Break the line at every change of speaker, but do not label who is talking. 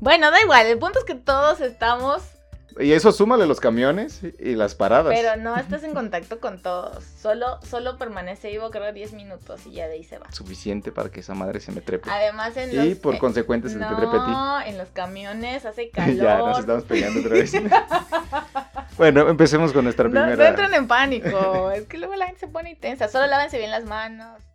Bueno, da igual, el punto es que todos estamos,
Y eso súmale los camiones y las paradas.
pero no estás en contacto con todos. Solo, solo permanece vivo creo 10 minutos y ya de ahí se va.
Suficiente para que esa madre se me trepe.
Además en los...
y por
eh,
consecuente se te trepe a ti.
no, en los camiones hace calor.
Ya, nos estamos peleando otra vez. bueno, empecemos con nuestra
No,
primera.
no entren en pánico, es que luego la gente se pone intensa. Solo lávense bien las manos.